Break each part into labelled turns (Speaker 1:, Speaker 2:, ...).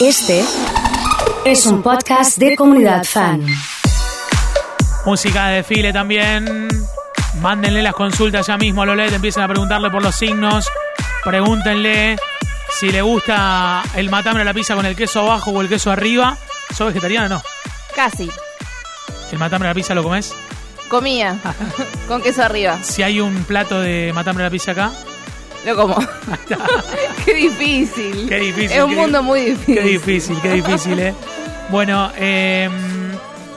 Speaker 1: Este es un podcast de comunidad fan.
Speaker 2: Música de desfile también. Mándenle las consultas ya mismo a Lolet, empiecen a preguntarle por los signos. Pregúntenle si le gusta el matambre a la pizza con el queso abajo o el queso arriba. ¿Sos vegetariana o no?
Speaker 3: Casi.
Speaker 2: ¿El matambre a la pizza lo comes?
Speaker 3: Comía. Con queso arriba.
Speaker 2: Si hay un plato de matambre a la pizza acá,
Speaker 3: Lo como. Qué difícil.
Speaker 2: Qué difícil,
Speaker 3: Es un
Speaker 2: qué
Speaker 3: mundo
Speaker 2: di-
Speaker 3: muy difícil.
Speaker 2: qué difícil, qué difícil, ¿eh? Bueno, eh,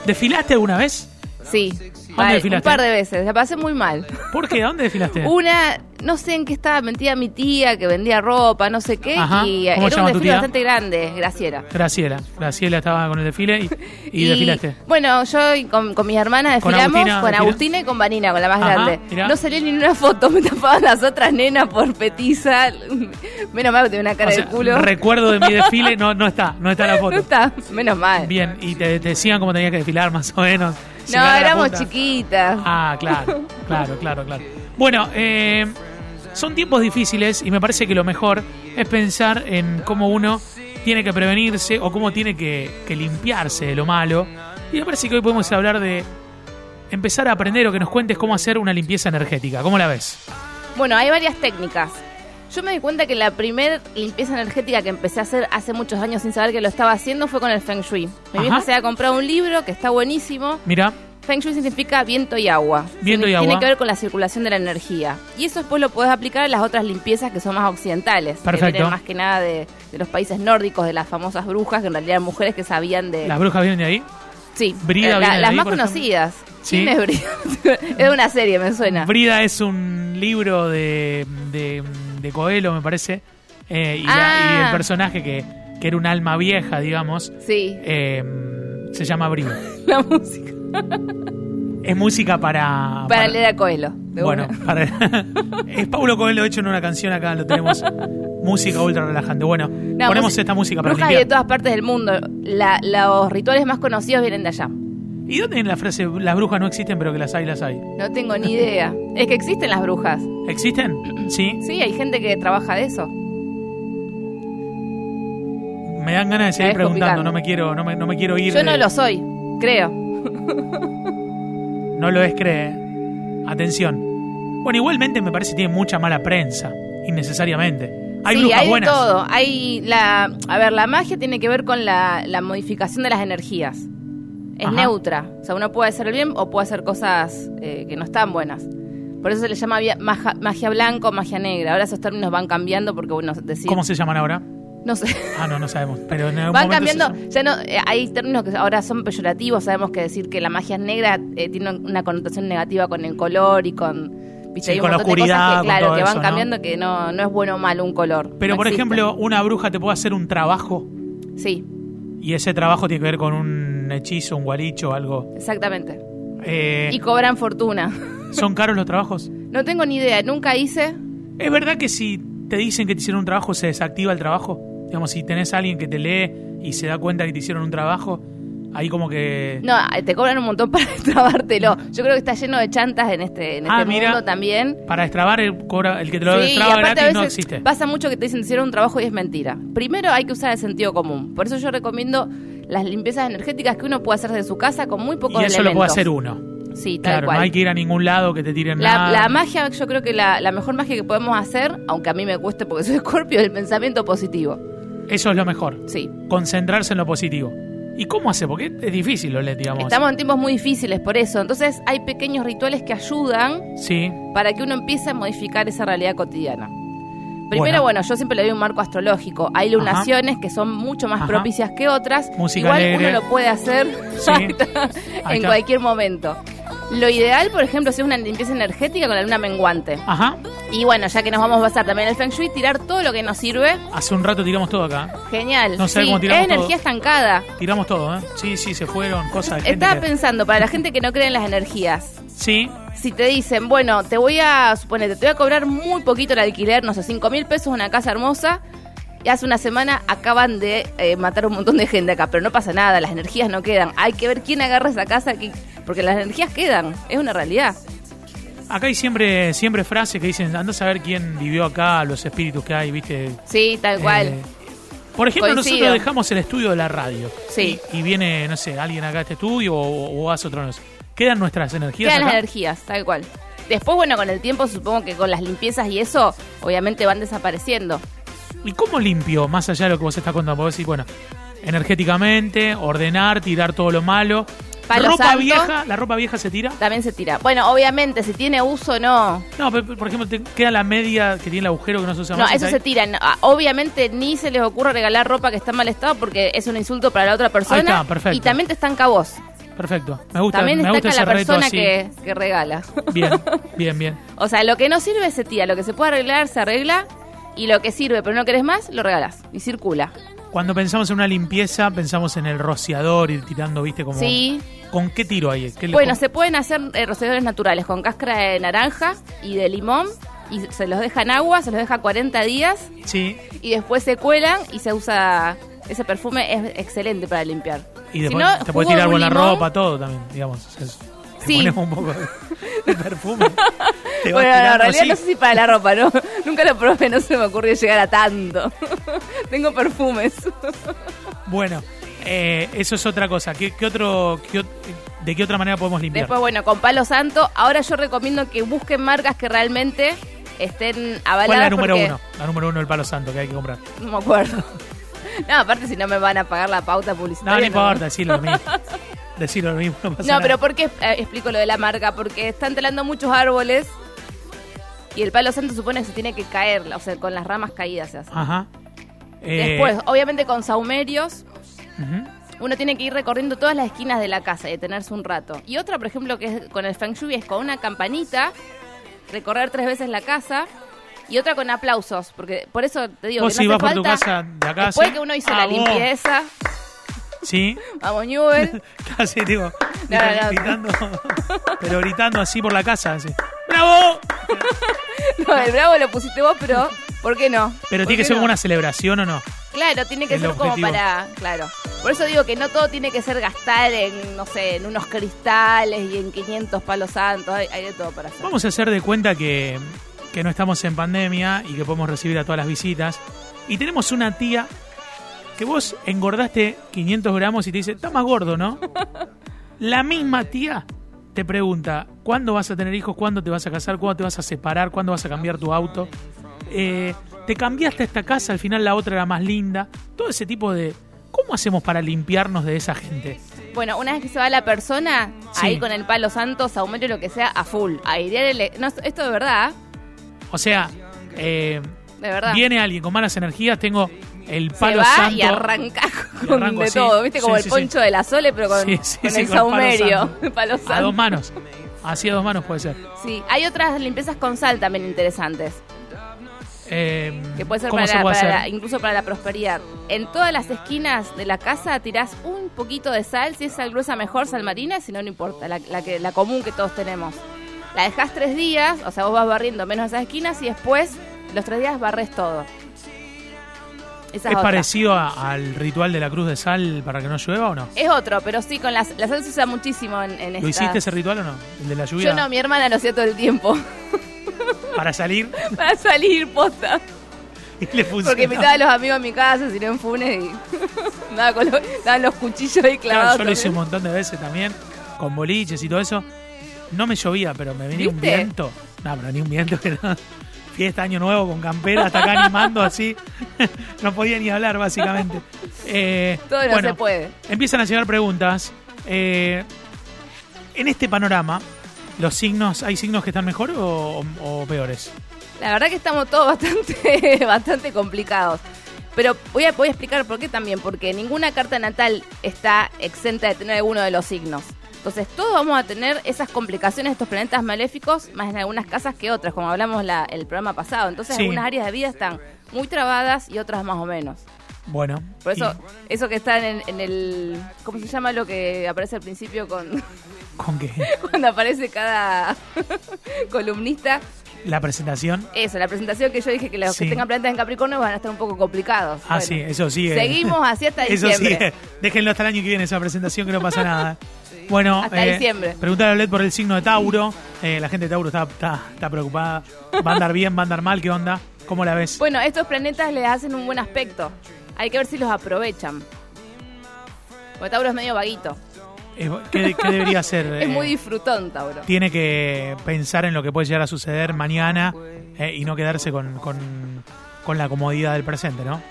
Speaker 2: ¿desfilaste alguna vez?
Speaker 3: Sí. un
Speaker 2: desfilaste?
Speaker 3: par de veces. La pasé muy mal.
Speaker 2: ¿Por qué? ¿A dónde desfilaste?
Speaker 3: Una, no sé en qué estaba metida mi tía que vendía ropa, no sé qué.
Speaker 2: Ajá.
Speaker 3: Y
Speaker 2: ¿Cómo se
Speaker 3: era un
Speaker 2: llama tu
Speaker 3: desfile
Speaker 2: tía?
Speaker 3: bastante grande, Graciela.
Speaker 2: Graciela. Graciela estaba con el desfile y, y desfilaste.
Speaker 3: Bueno, yo y con, con mis hermanas
Speaker 2: Con
Speaker 3: desfilamos, con
Speaker 2: Agustina,
Speaker 3: Agustina,
Speaker 2: desfila.
Speaker 3: y con Vanina, con la más
Speaker 2: Ajá,
Speaker 3: grande.
Speaker 2: mirá.
Speaker 3: No salió ni en una foto, me tapaban las otras nenas por petiza. Menos mal que tenía una cara
Speaker 2: O sea,
Speaker 3: de culo.
Speaker 2: Recuerdo de mi desfile, no, no está, no está la
Speaker 3: No
Speaker 2: foto.
Speaker 3: está, menos mal.
Speaker 2: Bien, y te, te decían cómo tenías que desfilar más o menos. Si
Speaker 3: No,
Speaker 2: me da la
Speaker 3: éramos
Speaker 2: punta.
Speaker 3: chiquitas.
Speaker 2: Ah, claro, claro, claro, claro. Bueno, eh, son tiempos difíciles y me parece que lo mejor es pensar en cómo uno tiene que prevenirse o cómo tiene que, que limpiarse de lo malo. Y me parece que hoy podemos hablar de empezar a aprender o que nos cuentes cómo hacer una limpieza energética. ¿Cómo la ves?
Speaker 3: Bueno, hay varias técnicas. Yo me di cuenta que la primera limpieza energética que empecé a hacer hace muchos años sin saber que lo estaba haciendo fue con el Feng Shui. Mi
Speaker 2: Ajá.
Speaker 3: vieja se ha comprado un libro que está buenísimo.
Speaker 2: Mira,
Speaker 3: Feng Shui significa viento y agua.
Speaker 2: Viento y
Speaker 3: Tiene-
Speaker 2: agua.
Speaker 3: Tiene que ver con la circulación de la energía. Y eso después lo puedes aplicar a las otras limpiezas que son más occidentales.
Speaker 2: Perfecto.
Speaker 3: Que vienen más que nada de, de los países nórdicos, de las famosas brujas, que en realidad eran mujeres que sabían de...
Speaker 2: las brujas vienen de ahí.
Speaker 3: sí,
Speaker 2: Brida
Speaker 3: la-
Speaker 2: viene de
Speaker 3: las
Speaker 2: ahí,
Speaker 3: más
Speaker 2: por ejemplo.
Speaker 3: conocidas.
Speaker 2: Sí.
Speaker 3: ¿Quién es Brida? es una serie, me suena.
Speaker 2: Brida es un libro de, de, de Coelho, me parece. eh, y, la-
Speaker 3: Ah.
Speaker 2: y el personaje que, que era un alma vieja, digamos,
Speaker 3: sí,
Speaker 2: eh, se llama Brida.
Speaker 3: la música.
Speaker 2: Es música Ah, para.
Speaker 3: Para leer a Coelho. de
Speaker 2: Bueno,
Speaker 3: una.
Speaker 2: para. es Paulo Coelho, de hecho, en una canción acá lo tenemos. música ultra relajante. Bueno,
Speaker 3: No,
Speaker 2: ponemos
Speaker 3: música-
Speaker 2: esta música para
Speaker 3: Brujas
Speaker 2: limpiar.
Speaker 3: de todas partes del mundo. La- los rituales más conocidos vienen de allá.
Speaker 2: ¿Y dónde en la frase las brujas no existen, pero que las hay, las hay?
Speaker 3: No tengo ni idea. Es que existen las brujas.
Speaker 2: ¿Existen? Sí.
Speaker 3: Sí, hay gente que trabaja de eso.
Speaker 2: Me dan ganas de seguir
Speaker 3: ves complicando.
Speaker 2: preguntando, no me quiero, no me, no me quiero ir.
Speaker 3: Yo
Speaker 2: de-
Speaker 3: no lo soy, creo.
Speaker 2: No lo es, cree. Atención. Bueno, igualmente me parece que tiene mucha mala prensa, innecesariamente. Hay
Speaker 3: sí,
Speaker 2: brujas
Speaker 3: hay de
Speaker 2: buenas.
Speaker 3: todo. Hay la, a ver, la magia tiene que ver con la, la modificación de las energías. Es
Speaker 2: Ajá.
Speaker 3: neutra. O sea, uno puede hacer el bien o puede hacer cosas eh, que no están buenas. Por eso se le llama via- maja- magia blanca o magia negra. Ahora esos términos van cambiando porque uno decide.
Speaker 2: ¿Cómo se llaman ahora?
Speaker 3: No sé.
Speaker 2: Ah, no, no sabemos. Pero en algún
Speaker 3: Van
Speaker 2: momento se
Speaker 3: cambiando,
Speaker 2: llaman.
Speaker 3: ya no, eh, hay términos que ahora son peyorativos, sabemos que decir que la magia negra eh, tiene una connotación negativa con el color y con,
Speaker 2: Sí,
Speaker 3: hay un
Speaker 2: con la
Speaker 3: montón de cosas
Speaker 2: oscuridad,
Speaker 3: que,
Speaker 2: con
Speaker 3: claro,
Speaker 2: todo
Speaker 3: que van
Speaker 2: eso, ¿no?
Speaker 3: cambiando que no, no es bueno o malo un color.
Speaker 2: Pero,
Speaker 3: no
Speaker 2: por
Speaker 3: existe.
Speaker 2: ejemplo, una bruja te puede hacer un trabajo
Speaker 3: Sí,
Speaker 2: y ese trabajo tiene que ver con un hechizo, un guaricho, algo.
Speaker 3: exactamente.
Speaker 2: Eh,
Speaker 3: Y cobran fortuna.
Speaker 2: ¿Son caros los trabajos?
Speaker 3: No tengo ni idea, nunca hice.
Speaker 2: ¿Es verdad que si te dicen que te hicieron un trabajo, se desactiva el trabajo? Digamos, si tenés a alguien que te lee y se da cuenta que te hicieron un trabajo, ahí como que...
Speaker 3: No, eh, te cobran un montón para trabártelo. Yo creo que está lleno de chantas en este, en
Speaker 2: Ah,
Speaker 3: este
Speaker 2: mira.
Speaker 3: mundo también.
Speaker 2: Para destrabar, el, cobra- el que te lo
Speaker 3: Sí, y
Speaker 2: destraba
Speaker 3: aparte
Speaker 2: gratis
Speaker 3: a
Speaker 2: no
Speaker 3: veces
Speaker 2: existe.
Speaker 3: Pasa mucho que te dicen hicieron un trabajo y es mentira. Primero hay que usar el sentido común. Por eso yo recomiendo las limpiezas energéticas que uno puede hacer de su casa con muy pocos
Speaker 2: Y eso
Speaker 3: elementos.
Speaker 2: lo puede hacer uno.
Speaker 3: Sí, tal
Speaker 2: Claro,
Speaker 3: cual.
Speaker 2: no hay que ir a ningún lado que te tiren
Speaker 3: la,
Speaker 2: nada.
Speaker 3: la magia, yo creo que la, la mejor magia que podemos hacer, aunque a mí me cueste porque soy escorpio, es el pensamiento positivo.
Speaker 2: Eso es lo mejor.
Speaker 3: Sí.
Speaker 2: Concentrarse en lo positivo. ¿Y cómo hace? Porque es difícil, Lolet, digamos.
Speaker 3: Estamos en tiempos muy difíciles por eso. Entonces hay pequeños rituales que ayudan
Speaker 2: Sí.
Speaker 3: para que uno empiece a modificar esa realidad cotidiana.
Speaker 2: Bueno.
Speaker 3: Primero, bueno, yo siempre le doy un marco astrológico. Hay lunaciones que son mucho más
Speaker 2: Ajá.
Speaker 3: propicias que otras.
Speaker 2: Música
Speaker 3: Igual
Speaker 2: alegre.
Speaker 3: uno lo puede hacer
Speaker 2: Sí. Ahí
Speaker 3: en
Speaker 2: está.
Speaker 3: cualquier momento. Lo ideal, por ejemplo, es una limpieza energética con la luna menguante.
Speaker 2: Ajá.
Speaker 3: Y bueno, ya que nos vamos a basar también en el Feng Shui, tirar todo lo que nos sirve.
Speaker 2: Hace un rato tiramos todo acá.
Speaker 3: Genial.
Speaker 2: No sé
Speaker 3: Sí,
Speaker 2: cómo
Speaker 3: es
Speaker 2: tiramos todo.
Speaker 3: energía estancada.
Speaker 2: Tiramos todo, ¿eh? Sí, sí, se fueron cosas de gente
Speaker 3: Estaba
Speaker 2: que-
Speaker 3: pensando, para la gente que no cree en las energías,
Speaker 2: Sí.
Speaker 3: si te dicen, bueno, te voy a, suponete, te voy a cobrar muy poquito el alquiler, no sé, 5 mil pesos, una casa hermosa, y hace una semana acaban de eh, matar un montón de gente acá, pero no pasa nada, las energías no quedan, hay que ver quién agarra esa casa aquí, porque las energías quedan, es una realidad.
Speaker 2: Acá hay siempre, siempre frases que dicen, anda a saber quién vivió acá, los espíritus que hay, ¿viste?
Speaker 3: Sí, tal cual.
Speaker 2: Eh, Por ejemplo,
Speaker 3: Coincido.
Speaker 2: nosotros dejamos el estudio de la radio.
Speaker 3: Sí.
Speaker 2: Y, y viene, no sé, alguien acá a este estudio o, o hace otro. no sé. ¿Quedan nuestras energías?
Speaker 3: Quedan las
Speaker 2: acá?
Speaker 3: energías, tal cual. Después, bueno, con el tiempo supongo que con las limpiezas y eso, obviamente van desapareciendo.
Speaker 2: ¿Y cómo limpio, más allá de lo que vos estás contando? Porque decís, bueno, energéticamente, ordenar, tirar todo lo malo.
Speaker 3: Palo
Speaker 2: la ropa
Speaker 3: santo.
Speaker 2: vieja, la ropa vieja se tira.
Speaker 3: También se tira. Bueno, obviamente, si tiene uso, no.
Speaker 2: No, pe- pe- por ejemplo, te queda la media que tiene el agujero que no se usa
Speaker 3: No,
Speaker 2: más.
Speaker 3: eso
Speaker 2: está
Speaker 3: se
Speaker 2: ahí.
Speaker 3: tira. No, ah, Obviamente ni se les ocurre regalar ropa que está en mal estado porque es un insulto para la otra persona.
Speaker 2: Ahí está, perfecto.
Speaker 3: Y también te estanca vos.
Speaker 2: Perfecto. Me gusta,
Speaker 3: También
Speaker 2: me
Speaker 3: destaca
Speaker 2: gusta ese
Speaker 3: la
Speaker 2: reto
Speaker 3: persona
Speaker 2: así.
Speaker 3: que, que regala.
Speaker 2: Bien, bien, bien.
Speaker 3: O sea, lo que no sirve se tira, lo que se puede arreglar se arregla y lo que sirve pero no querés más, lo regalás y circula.
Speaker 2: Cuando pensamos en una limpieza, pensamos en el rociador, ir tirando, viste, como...
Speaker 3: Sí.
Speaker 2: ¿Con qué tiro ahí? ¿Qué le-
Speaker 3: Bueno,
Speaker 2: con-
Speaker 3: se pueden hacer eh, rociadores naturales con cáscara de naranja y de limón y se los deja en agua, se los deja 40 días
Speaker 2: Sí.
Speaker 3: y después se cuelan y se usa ese perfume es excelente para limpiar.
Speaker 2: Y
Speaker 3: Si
Speaker 2: después
Speaker 3: no,
Speaker 2: te puedes
Speaker 3: jugo de
Speaker 2: tirar
Speaker 3: un
Speaker 2: con la
Speaker 3: limón,
Speaker 2: ropa, todo también, digamos. O sea, te
Speaker 3: Sí.
Speaker 2: ponemos un poco de, de perfume. Te vas
Speaker 3: Bueno, no, en
Speaker 2: tirando
Speaker 3: realidad
Speaker 2: así.
Speaker 3: no sé si para la ropa, ¿no? Nunca lo probé, no se me ocurrió llegar a tanto. Tengo perfumes.
Speaker 2: Bueno, eh, eso es otra cosa. ¿Qué, qué otro, qué ot- ¿De qué otra manera podemos limpiar?
Speaker 3: Después, bueno, con palo santo. Ahora yo recomiendo que busquen marcas que realmente estén avaladas.
Speaker 2: ¿Cuál es la número
Speaker 3: porque-
Speaker 2: uno? La número uno del palo santo que hay que comprar.
Speaker 3: No me acuerdo. No, aparte si no me van a pagar la pauta
Speaker 2: No,
Speaker 3: publicitaria.
Speaker 2: no importa, decirlo lo mismo. Decirlo lo mismo, no pasa
Speaker 3: No,
Speaker 2: nada.
Speaker 3: pero ¿por qué eh, explico lo de la marca? Porque están talando muchos árboles y el palo santo supone que se tiene que caer, o sea, con las ramas caídas se hace.
Speaker 2: Ajá. Eh,
Speaker 3: Después, obviamente con saumerios,
Speaker 2: ujú.
Speaker 3: uno tiene que ir recorriendo todas las esquinas de la casa y detenerse un rato. Y otra, por ejemplo, que es con el Feng Shui es con una campanita, recorrer tres veces la casa. Y otra con aplausos, porque por eso te digo
Speaker 2: Vos
Speaker 3: que
Speaker 2: sí
Speaker 3: no
Speaker 2: vas
Speaker 3: hace
Speaker 2: por tu
Speaker 3: falta-
Speaker 2: casa de acá.
Speaker 3: Después
Speaker 2: ¿sí?
Speaker 3: que uno hizo
Speaker 2: Ah,
Speaker 3: la
Speaker 2: vos.
Speaker 3: limpieza,
Speaker 2: Sí.
Speaker 3: vamos Newell,
Speaker 2: Casi, digo.
Speaker 3: No, no.
Speaker 2: Gritando. Pero gritando así por la casa. Así. ¡Bravo!
Speaker 3: no, el bravo lo pusiste vos, pero ¿por qué no?
Speaker 2: Pero
Speaker 3: ¿Por
Speaker 2: tiene que
Speaker 3: qué
Speaker 2: ser como
Speaker 3: no?
Speaker 2: una celebración o no.
Speaker 3: Claro, tiene que
Speaker 2: El
Speaker 3: ser como
Speaker 2: objetivo.
Speaker 3: para... Claro. Por eso digo que no todo tiene que ser gastar en, no sé, en unos cristales y en 500 palos santos. Hay, hay de todo para hacer.
Speaker 2: Vamos a hacer de cuenta que, que no estamos en pandemia y que podemos recibir a todas las visitas. Y tenemos una tía que vos engordaste 500 gramos y te dice, está más gordo, ¿no? La misma tía te pregunta, ¿cuándo vas a tener hijos? ¿Cuándo te vas a casar? ¿Cuándo te vas a separar? ¿Cuándo vas a cambiar tu auto? Eh, te cambiaste esta casa, al final la otra era más linda. Todo ese tipo de... ¿Cómo hacemos para limpiarnos de esa gente?
Speaker 3: Bueno, una vez que se va la persona,
Speaker 2: Sí.
Speaker 3: ahí con el palo santo, saumerio, lo que sea, a full. A airear el... No, esto de verdad,
Speaker 2: O sea, eh,
Speaker 3: de verdad.
Speaker 2: viene alguien con malas energías, tengo el
Speaker 3: se
Speaker 2: palo
Speaker 3: va
Speaker 2: santo.
Speaker 3: y arranca
Speaker 2: Y
Speaker 3: con
Speaker 2: arranco
Speaker 3: de
Speaker 2: así.
Speaker 3: todo, ¿viste? Como
Speaker 2: Sí,
Speaker 3: el
Speaker 2: sí, sí.
Speaker 3: poncho de la Sole, pero con,
Speaker 2: Sí, sí,
Speaker 3: con
Speaker 2: sí,
Speaker 3: el
Speaker 2: con palo
Speaker 3: saumerio.
Speaker 2: santo.
Speaker 3: Palo
Speaker 2: A
Speaker 3: santo.
Speaker 2: dos manos. Así a dos manos puede ser.
Speaker 3: Sí, hay otras limpiezas con sal también interesantes,
Speaker 2: Eh,
Speaker 3: que puede ser,
Speaker 2: ¿Cómo
Speaker 3: para,
Speaker 2: se puede
Speaker 3: para la-
Speaker 2: hacer?
Speaker 3: incluso para la prosperidad. En todas las esquinas de la casa tirás un poquito de sal, si es sal gruesa mejor, sal marina, si no, no importa, la, la que, la común que todos tenemos. La dejás tres días, o sea, vos vas barriendo menos esas esquinas y después los tres días barres todo. Esa
Speaker 2: ¿Es
Speaker 3: otra.
Speaker 2: parecido a- al ritual de la cruz de sal para que no llueva o no?
Speaker 3: Es otro, pero sí, con las, la sal se usa muchísimo en, en
Speaker 2: ¿Lo
Speaker 3: esta-
Speaker 2: hiciste ese ritual o no? El de la lluvia.
Speaker 3: Yo no, mi hermana lo hacía todo el tiempo
Speaker 2: Para salir
Speaker 3: para salir posta.
Speaker 2: y le funcionó.
Speaker 3: Porque invitaba a los amigos a mi casa, si no en Funes, y nada, con los, daban los cuchillos ahí
Speaker 2: Claro,
Speaker 3: clavados.
Speaker 2: yo lo hice un
Speaker 3: también.
Speaker 2: montón de veces también, con boliches y todo eso. No me llovía, pero me venía un
Speaker 3: ¿Viste?
Speaker 2: viento. No, pero ni un viento que no. Fiesta Año Nuevo con campera, hasta acá animando así. no podía ni hablar, básicamente. Eh,
Speaker 3: Todo no
Speaker 2: bueno,
Speaker 3: se puede.
Speaker 2: Empiezan a llegar preguntas. Eh, en este panorama, los signos, ¿hay signos que están mejor o, o peores?
Speaker 3: La verdad que estamos todos bastante, bastante complicados. Pero voy a, voy a explicar por qué también, porque ninguna carta natal está exenta de tener alguno de los signos. Entonces todos vamos a tener esas complicaciones de estos planetas maléficos, más en algunas casas que otras, como hablamos la, el programa pasado. Entonces
Speaker 2: Sí.
Speaker 3: algunas áreas de vida están muy trabadas y otras más o menos.
Speaker 2: Bueno.
Speaker 3: Por eso,
Speaker 2: ¿y
Speaker 3: eso que están en, en el. ¿Cómo se llama lo que aparece al principio con,
Speaker 2: ¿Con qué?
Speaker 3: cuando aparece cada columnista?
Speaker 2: ¿La presentación?
Speaker 3: Eso, la presentación que yo dije que los
Speaker 2: Sí.
Speaker 3: que tengan planetas en Capricornio van a estar un poco complicados.
Speaker 2: Ah,
Speaker 3: Bueno,
Speaker 2: sí, eso sigue.
Speaker 3: Seguimos así hasta
Speaker 2: Eso
Speaker 3: diciembre.
Speaker 2: sí, déjenlo hasta el año que viene esa presentación que no pasa nada. Bueno, eh,
Speaker 3: Hasta diciembre.
Speaker 2: Preguntar a Led por el signo de Tauro. Eh, la gente de Tauro está, está, está
Speaker 3: Pues-
Speaker 2: preocupada. ¿Va a andar bien? ¿Va a andar mal? ¿Qué onda? ¿Cómo la ves?
Speaker 3: Bueno, estos planetas les hacen un buen aspecto. Hay que ver si los aprovechan. Porque Tauro es medio vaguito.
Speaker 2: Eh, ¿Qué, qué debería hacer?
Speaker 3: Es muy
Speaker 2: Eh,
Speaker 3: disfrutón, Tauro.
Speaker 2: tiene que pensar en lo que puede llegar a suceder mañana
Speaker 3: Pues-
Speaker 2: eh, y no quedarse con, con, con la comodidad del presente, ¿no?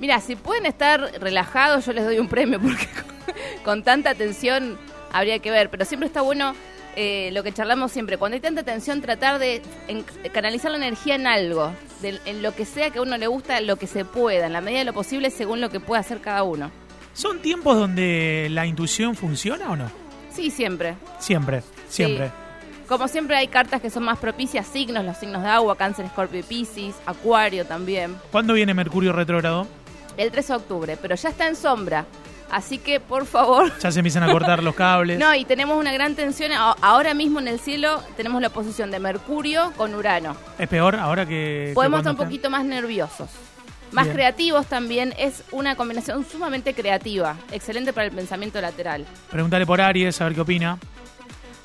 Speaker 3: Mira, si pueden estar relajados, yo les doy un premio porque con, con tanta tensión habría que ver. Pero siempre está bueno eh, lo que charlamos siempre. Cuando hay tanta tensión, tratar de en- canalizar la energía en algo, de- en lo que sea que a uno le gusta, lo que se pueda, en la medida de lo posible, según lo que pueda hacer cada uno.
Speaker 2: ¿Son tiempos donde la intuición funciona o no?
Speaker 3: Sí, siempre.
Speaker 2: Siempre, siempre.
Speaker 3: Como siempre hay cartas que son más propicias, signos, los signos de agua, cáncer, escorpio y piscis, acuario también.
Speaker 2: ¿Cuándo viene Mercurio retrógrado?
Speaker 3: El 3 de octubre, pero ya está en sombra. Así que, por favor,
Speaker 2: Ya se empiezan a cortar los cables.
Speaker 3: No, y tenemos una gran tensión. A- Ahora mismo en el cielo tenemos la posición de Mercurio con Urano.
Speaker 2: Es peor ahora que... que
Speaker 3: Podemos
Speaker 2: cuando
Speaker 3: estar un
Speaker 2: está-
Speaker 3: poquito más nerviosos. Más
Speaker 2: Bien.
Speaker 3: creativos también. Es una combinación sumamente creativa. Excelente para el pensamiento lateral.
Speaker 2: Preguntale por Aries, a ver qué opina.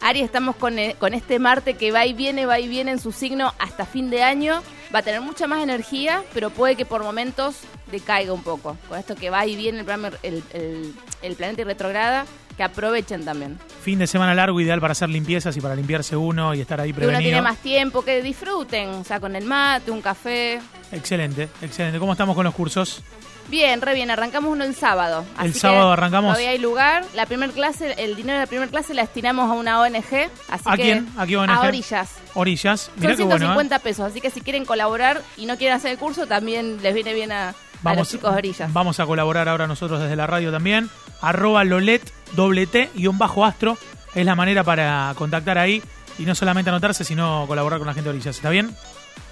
Speaker 3: Ari, estamos con, eh, con este Marte que va y viene, va y viene en su signo hasta fin de año. Va a tener mucha más energía, pero puede que por momentos decaiga un poco. Con esto que va y viene el, plan- el- el- el planeta y retrograda, que aprovechen también.
Speaker 2: Fin de semana largo, ideal para hacer limpiezas y para limpiarse uno y estar ahí
Speaker 3: que uno
Speaker 2: prevenido.
Speaker 3: tiene más tiempo, que disfruten, o sea, con el mate, un café.
Speaker 2: Excelente, excelente. ¿Cómo estamos con los cursos?
Speaker 3: Bien, re bien, arrancamos uno el sábado.
Speaker 2: El
Speaker 3: que
Speaker 2: sábado arrancamos.
Speaker 3: Todavía hay lugar. La primera clase, el dinero de la primera clase la destinamos a una ONG. Así
Speaker 2: ¿A
Speaker 3: que,
Speaker 2: quién? ¿A qué ONG?
Speaker 3: A orillas.
Speaker 2: Orillas.
Speaker 3: Son
Speaker 2: Mirá qué bueno, ¿eh?
Speaker 3: 150 pesos, así que si quieren colaborar y no quieren hacer el curso, también les viene bien a, a los chicos de orillas.
Speaker 2: Vamos a colaborar ahora nosotros desde la radio también. Arroba Lolet, doble T, guión bajo astro. Es la manera para contactar ahí y no solamente anotarse, sino colaborar con la gente de Orillas. ¿Está bien?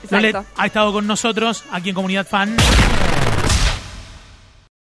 Speaker 3: Exacto.
Speaker 2: Lolet ha estado con nosotros aquí en Comunidad Fan.